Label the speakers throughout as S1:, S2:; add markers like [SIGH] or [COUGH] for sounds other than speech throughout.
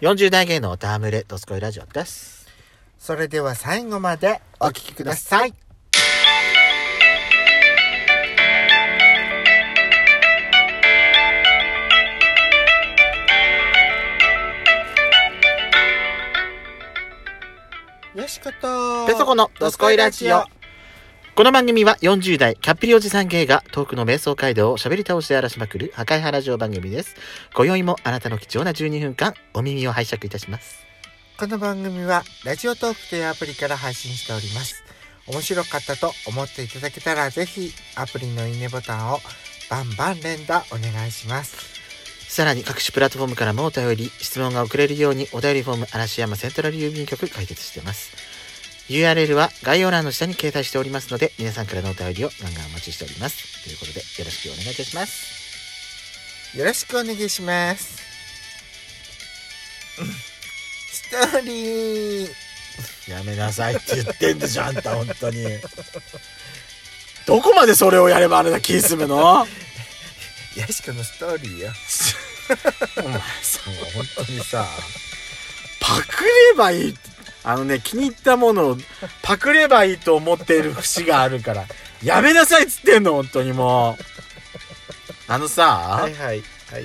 S1: 40代芸能おたむれ、ドスコイラジオです。
S2: それでは最後までお聞きください。よしこと。
S1: ペソコのドスコイラジオ。この番組は40代、キャッピリおじさん芸が遠くの瞑想街道を喋り倒して荒らしまくる破壊派ラジオ番組です。今宵もあなたの貴重な12分間、お耳を拝借いたします。
S2: この番組はラジオトークというアプリから配信しております。面白かったと思っていただけたらぜひアプリのいいねボタンをバンバン連打お願いします。
S1: さらに各種プラットフォームからもお便り、質問が送れるようにお便りフォーム嵐山セントラル郵便局解説しています。URL は概要欄の下に掲載しておりますので、皆さんからのお便りをガンガンお待ちしております。ということで、よろしくお願いいたします。
S2: よろしくお願いします。ストーリー。
S1: やめなさいって言ってんでしょあんた本当にどこまでそれをやればあれだ気済むの
S2: よしこのストーリーよ。
S1: お前さもう本当にさパクればいいあのね気に入ったものをパクればいいと思っている節があるからやめなさいっつってんの本当にもうあのさ、
S2: はいはいはい。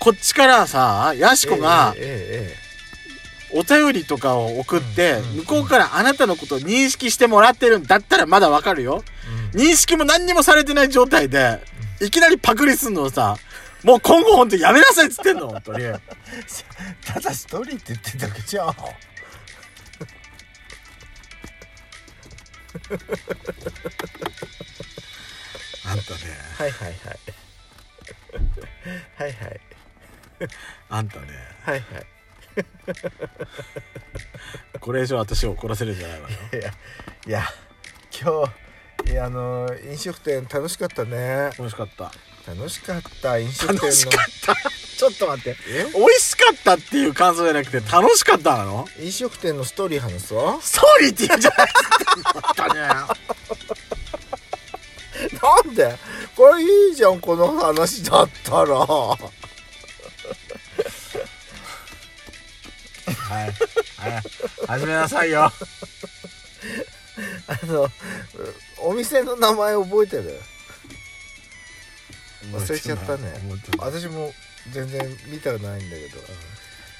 S1: こっちからさやしこが
S2: え
S1: お便りとかを送って、
S2: うんうんうん
S1: 向こうからあなたのことを認識してもらってるんだったらまだわかるよ
S2: ええええ
S1: 認識も何にもされてない状態で、いきなりパクリすんのをさ、もう今後ほんとやめなさいっつってんの、本当に。
S2: うんただストーリーって言ってただけじゃん。
S1: あんたね、
S2: はいはいはい。はいはい
S1: あんたね、
S2: はいはい。
S1: これ以上私を怒らせるんじゃないわよ。
S2: いやいや今日いやあの飲食店楽しかったね
S1: 美味しかった。
S2: 楽しかった飲食店の
S1: 楽しかった。ちょっと待って。
S2: え
S1: 美味しかったっていう感想じゃなくて、楽しかったなの
S2: 飲食店のストーリー話そう
S1: ストーリーって言うんじゃないっつってん [LAUGHS] の本当に
S2: なんでこれいいじゃんこの話だったら
S1: はい。はい。始めなさいよ。
S2: あのうお店の名前覚えてる忘れちゃったね
S1: 本当に
S2: 私も全然見たらないんだけ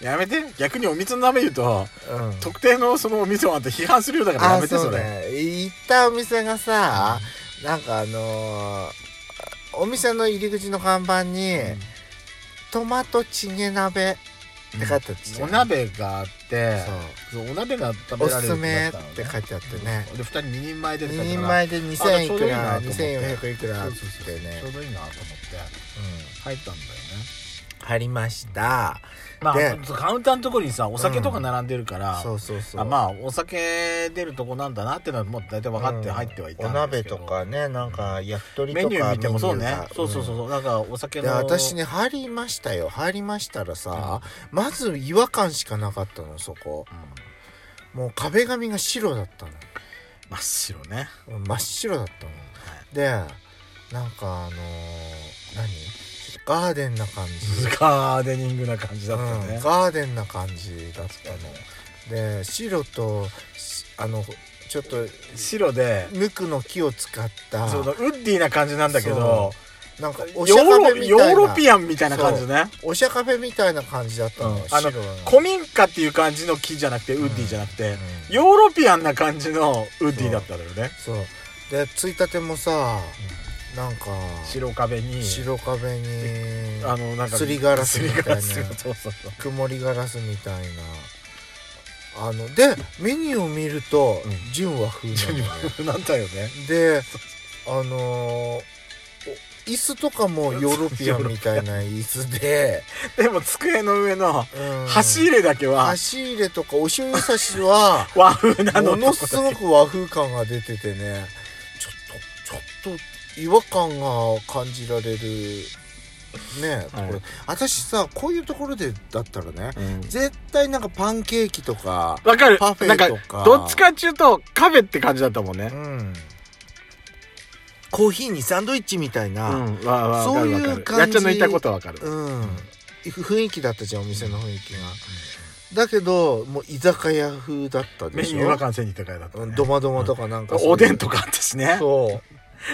S1: やめて。逆にお店の名前言うと、
S2: ど、うん、
S1: 特定のそのお店をあんた批判するようだからや
S2: あ
S1: めて
S2: そ
S1: そうれ。
S2: ね行ったお店がさ、なんかあのーお店の入り口の看板に、トマトチゲ鍋って書いてあって、
S1: お鍋があって
S2: そ
S1: そうお鍋が
S2: う
S1: 食
S2: お
S1: べられ
S2: すす
S1: る
S2: め
S1: や
S2: っ
S1: つだったの
S2: て書いてあってね
S1: で2人2人前で
S2: 2
S1: 出た
S2: 人
S1: から
S2: 前で
S1: あち
S2: 2000
S1: ょう
S2: い
S1: ど
S2: く
S1: いいな
S2: ら
S1: と思って
S2: 2400いくら
S1: そ
S2: っ
S1: う
S2: て
S1: そうそう
S2: 言ってね
S1: ちょうどいいなと思って
S2: うん
S1: 入ったんだよね
S2: 入りました
S1: まあ
S2: で
S1: カウンターのところにさお酒とか並んでるから、
S2: そうそうそう
S1: あまあお酒出るとこなんだなってのはもう大体分かって入ってはいた
S2: お
S1: んです
S2: 鍋
S1: けど、
S2: とかねなんか焼き鳥と
S1: メ
S2: か
S1: ニュー見てもそうね
S2: メニューが
S1: そうそうそうそうなんかお
S2: う
S1: 酒
S2: んで
S1: の
S2: 私ね入りましたよ入りましたらさ、まず違和感しかなかったのそこ
S1: うん
S2: もう壁紙が白だったの
S1: 真っ白ね
S2: 真っ白だったの、でなんかあのー何ちょっとガーデンな感じ、
S1: ガーデニングな感じだった
S2: うん
S1: ね、
S2: ガーデンな感じだったので白としあのちょっと
S1: 白で
S2: ヌクの木を使った
S1: そのウッディな感じなんだけど
S2: なんか
S1: ヨ
S2: おし
S1: ー
S2: ゃカ
S1: ロ
S2: フェみたい
S1: ヨーロ
S2: な
S1: ピアンみたいな感じね
S2: おしゃカフェみたいな感じだったの、
S1: うん
S2: 白
S1: あの
S2: が
S1: 古民家っていう感じの木じゃなくてウッディじゃなくて、
S2: うん
S1: ヨーロピアンな感じのウッディだったのよね、
S2: そうでついたてもさなんか
S1: 白壁に
S2: 白壁に
S1: あのなんか
S2: すりガラスみたいな
S1: すりガラスそうそうそう
S2: 曇りガラスみたいなあのでメニューを見ると
S1: うん
S2: 純和風なの、ね、
S1: なんだよね
S2: であのーお椅子とか
S1: [LAUGHS]
S2: もヨーロピアンみたいな椅子で、
S1: [LAUGHS] でも机の上の
S2: うん
S1: 箸入れだけは
S2: 箸入れとかお醤油差
S1: [LAUGHS]
S2: しは
S1: 和風なの
S2: ものすごく和風感が出ててねちょっとちょっと違和感が感じられるね、
S1: はい
S2: これ私さこういうところでだったらね
S1: うん
S2: 絶対なんかパンケーキとか
S1: [LAUGHS] わかる
S2: パフ
S1: な
S2: ェ
S1: んか
S2: とか
S1: どっちかっていうとカフェって感じだったもんね
S2: うんコーヒーにサンドイッチみたいな
S1: うんわわわかるわか
S2: そうい
S1: る
S2: う感じ
S1: やっちゃんの言ったことはわかる
S2: うん、雰囲気だったじゃんお店の雰囲気がだけどもう居酒屋風だったで
S1: メニ
S2: し
S1: ューは
S2: ょ
S1: 完全に高いだった、ね
S2: ドマドマとかなんかそういう
S1: おでんとかあったしね
S2: そ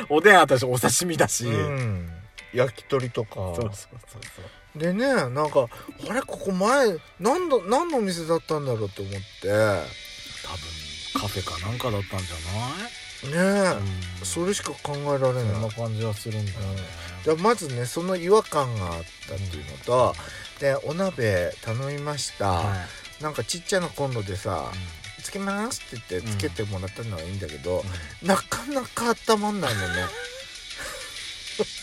S1: おでんあったしお刺身だし、
S2: う、うん、焼き鳥とか
S1: そうそうそうそう
S2: でねなんかあれここ前何だ何のお店だったんだろうと思って
S1: 多分カフェかなんかだったんじゃ
S2: ね
S1: な
S2: え
S1: い、、
S2: それしか考えられない、
S1: そんな感じはするんだよね、
S2: だまずねその違和感があったっていうのと、でお鍋頼みました、
S1: はい
S2: なんかちっちゃなコンロでさ「つけます」って言ってつけてもらったのはいいんだけど、なかなか温まんないのね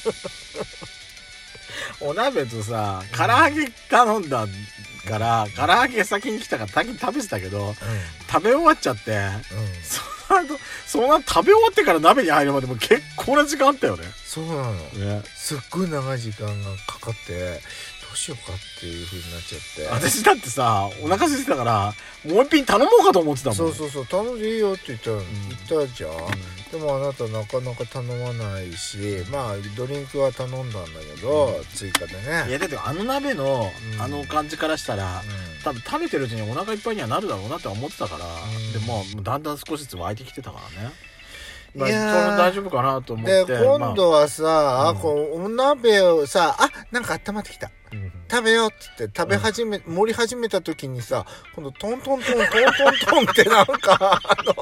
S1: [LAUGHS] お鍋とさ唐揚げ頼んだから、唐揚げ先に来たから先に食べてたけど食べ終わっちゃって
S2: うん、うん、
S1: その後その後食べ終わってから鍋に入るまでも結構な時間あったよね
S2: そうなの
S1: ね
S2: すっごい長い時間がかかってどうしようかっていうふうになっちゃって
S1: 私だってさお腹空いてたからもう一品頼もうかと思ってたもん
S2: そうそうそう頼んでいいよって言ったら、言ったじゃん、
S1: う
S2: でもあなたなかなか頼まないしまあドリンクは頼んだんだけど、追加で
S1: んい
S2: ね
S1: やだってあの鍋の、
S2: うん
S1: あの感じからしたら
S2: うん
S1: 多分食べてるうちにお腹いっぱいにはなるだろうなって思ってたから、
S2: ん
S1: でももうだんだん少しずつ湧いてきてたからねまあ、
S2: い
S1: それ
S2: やー
S1: も大丈夫かなと思って
S2: で今
S1: まあ
S2: 度はさ、
S1: うん
S2: こうお鍋をさあなんか温まってきた
S1: うん
S2: 食べようっつって食べ始め、盛り始めた時にさ今度トントントントントントンってなん
S1: [LAUGHS]
S2: かあの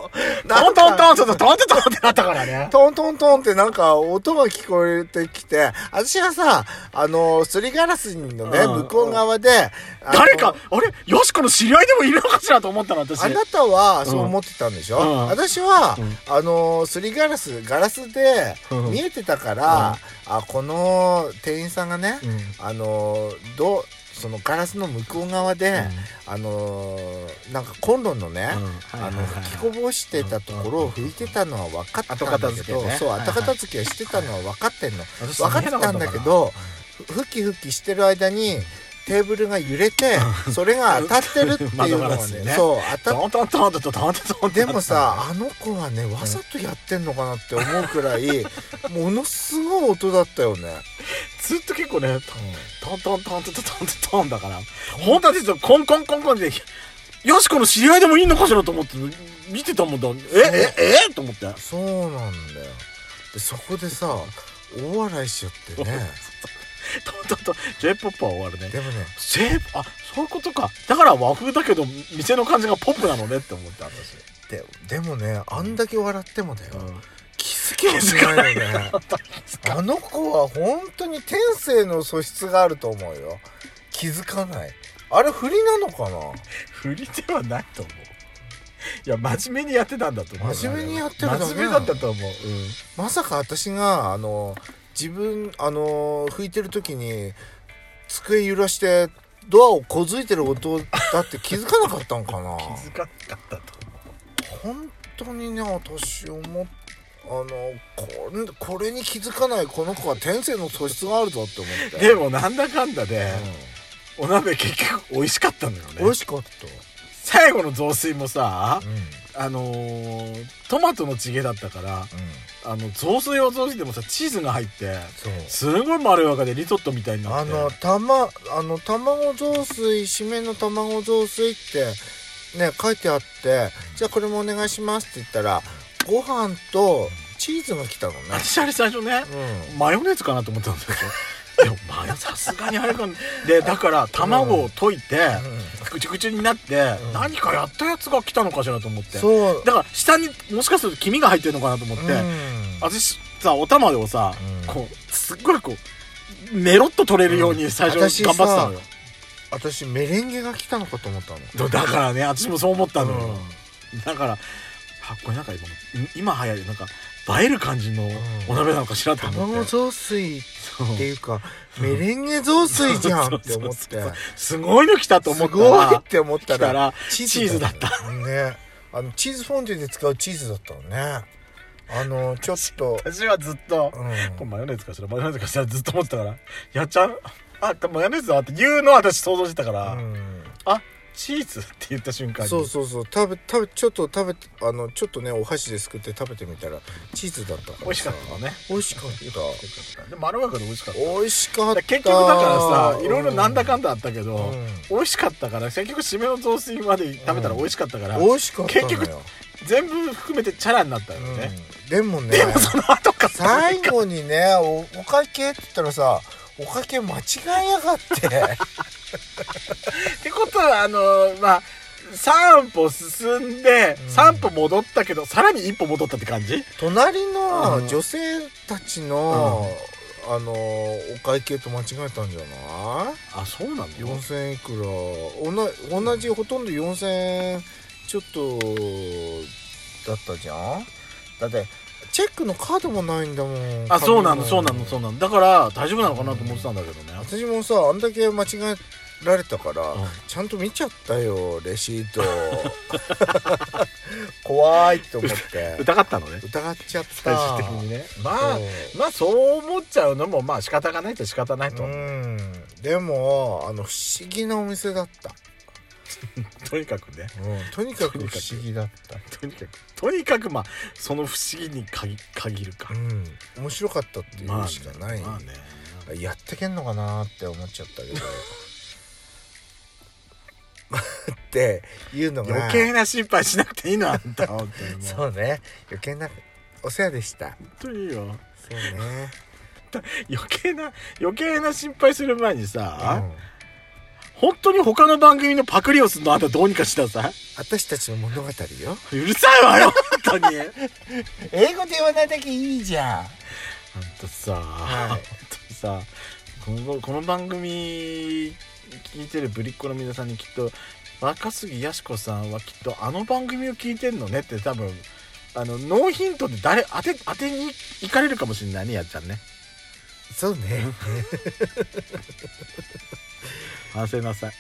S1: トントン
S2: ン
S1: トンちょっとトントントンってなったからね
S2: トントントンってなんか音が聞こえてきて私はさあのすりガラスのね、
S1: うん
S2: 向こう側で、あの
S1: 誰かあれよしこの知り合いでもいるのかしらと思ったの私
S2: あなたはそう思ってたんでしょ、
S1: うん
S2: 私は、
S1: う
S2: あのすりガラスガラスで
S1: うん
S2: 見えてたから、あこの店員さんがね、
S1: うん
S2: あのどうそのガラスの向こう側で、あのなんかコンロのね、あの吹きこぼしてたところを拭いてたのは分かったんだけ
S1: 後
S2: ど
S1: 片付けね
S2: そう
S1: はいはい
S2: 後片付けをしてたのは分かってんの、
S1: 私
S2: 分かってたんだけどふきふきしてる間にテーブルが揺れてそれが当たってるっていうの
S1: 窓ガラ
S2: が
S1: ス
S2: ね
S1: にね
S2: そう当たっ
S1: トントントンとトントントン
S2: でもさあの子はねわざとやってんのかなって思うくらいものすごい音だったよね、
S1: ずっと結構ねトントントントントントントンだから本当は実はコンコンコンコンでよしこの知り合いでもいいのかしらと思って見てたもんだえええと思って
S2: そうなんだよでそこでさ大笑いしちゃってね
S1: [LAUGHS] トントントン j p o p は終わるね
S2: でもね
S1: セーブあそういうことかだから和風だけど店の感じがポップなのねって思った私
S2: ででもねあんだけ笑ってもだよ、気づ
S1: 気
S2: きもし
S1: づかな
S2: ない
S1: い
S2: よ
S1: [LAUGHS]
S2: ね
S1: か
S2: あの子は本当に天性の素質があると思うよ気づかないあれ振りなのかな
S1: 振りではないと思ういや真面目にやってたんだと思う
S2: 真面目にやってるだけなの
S1: 真面目だったと思う、
S2: まさか私があの自分あの拭いてる時に机揺らしてドアをこづいてる音だって気づかなかったんか
S1: [LAUGHS]
S2: な
S1: 気づかなかったと思
S2: 本当にね私思っあのこれこれに気づかないこの子は天性の素質があるぞって思っ
S1: う
S2: て
S1: でもなんだかんだで
S2: うん、
S1: お鍋結局美味しかったんだよ
S2: 美
S1: ね
S2: 味しかった、
S1: 最後の雑炊もさ
S2: うんうん
S1: あのートマトのチゲだったからあの雑炊は雑炊でもさチーズが入って
S2: そう
S1: すごいまろやかでリゾットみたいにな
S2: あ
S1: って
S2: の、たま、あの、卵雑炊、締めの卵雑炊って、ね、書いてあって、じゃあこれもお願いしますって言ったら、ご飯とチーズが来たのね。
S1: 私あれ最初ね、
S2: う
S1: マヨネーズかなと思ったん
S2: [LAUGHS]
S1: ですけどでもマヨさすがにあれかなでだから卵を溶いて、
S2: ん。
S1: くちゅくちゅになって、
S2: うん
S1: 何かやったやつが来たのかしらと思って
S2: そう。
S1: だから下にもしかすると黄身が入ってるのかなと思って、
S2: うん
S1: 私さお玉をさ、
S2: うん
S1: こうすっごいこうメロッと取れるように最
S2: 私
S1: 初
S2: さ
S1: 頑張ってたのよ、
S2: 私、メレンゲが来たのかと思ったの。
S1: だだからね私もそう思ったのよ、
S2: うん
S1: だからあこれなんか今の今流行るなんか映える感じのお鍋なのかしらと思って、
S2: 卵雑炊っ
S1: そう
S2: ていうか、メレンゲ雑炊じゃんって
S1: そうそう
S2: 思って
S1: そうそう。すごいの来たと
S2: す
S1: 思った
S2: ご
S1: ら
S2: いって思った
S1: 来た
S2: ら、
S1: らチーズだった
S2: たねあのチーズフォンデュで使うチーズだったのねあのちょっと、
S1: 私はずっと、
S2: うん、
S1: これマヨネーズかしらマヨネーズかしらずっと思ってたからやっちゃうあマヨネーズだって言うのを私想像してたから、
S2: うん
S1: あチーズって言った瞬間に
S2: そうそうそう食べ食べちょっと食べあのちょっとねお箸ですくって食べてみたらチーズだったからさ
S1: 美味しかったね
S2: 美味しかっ
S1: よかったよ
S2: た
S1: かったでもあれはこれ美味しかった
S2: 美味しかった
S1: 結局だからさいろいろなんだかん
S2: だ、
S1: だあったけど、
S2: うん
S1: 美味しかったから結局締めの雑炊まで食べたら美味しかったから、
S2: 美味しかったのよ
S1: 結局全部含めてチャラになったよ
S2: うん
S1: ね、
S2: でもね
S1: でもその後か
S2: 最後にねおおかけって言ったらさおかけ間違えやがって
S1: [LAUGHS] ってことはあのまあ3歩進んで
S2: うん
S1: 3歩戻ったけど、さらに1歩戻ったって感じ
S2: 隣
S1: う
S2: の
S1: ん
S2: 女性たちの、あのお会計と間違えたんじゃない
S1: あそうなの
S2: 4000いくらおな同じほとんど4000ちょっとだったじゃんだってチェックのカードもないんだもん
S1: あそうなのそうなのそううなのだから大丈夫なのかなと思ってたんだけどね、
S2: 私もさあんだけ間違えられたから、
S1: うん
S2: ちゃんと見ちゃったよレシート [LAUGHS] 怖いと思って
S1: 疑ったのね
S2: 疑っちゃった
S1: 最終的にねまあ
S2: そう
S1: まあそう思っちゃうのもまあ仕方がないっちゃ仕方ないと、
S2: うんでもあの不思議なお店だった、
S1: とにかくね
S2: うん、とにか
S1: と
S2: く不
S1: に
S2: 思
S1: かく
S2: 議だった
S1: とにかくとにかくまあその不思議に限限るか、
S2: うん、面白かったってい
S1: まあ
S2: う
S1: ね
S2: しかない、
S1: まあね
S2: やってけんのかなって思っちゃったけど [LAUGHS] っていうのが
S1: 余計な心配しなくていいのあんた [LAUGHS] 本当にもう
S2: そうね余計なお世話でした
S1: 本当にいいよ
S2: そうね
S1: 余計な余計な心配する前にさ、
S2: うん
S1: 本当に他の番組のパクリをするのあんたどうにかしなさい
S2: 私たちの物語よ
S1: うるさいわよ本当にあん
S2: 英語で言わないだけいいじゃん
S1: たさ、
S2: い
S1: 本当にさこのこの番組聞いてるぶりっ子の皆さんにきっと若杉やし子さんはきっとあの番組を聞いてんのねって多分あのノーヒントで誰当て当てに行かれるかもしれないねやっちゃんね
S2: そうね
S1: 反省なさい
S2: はい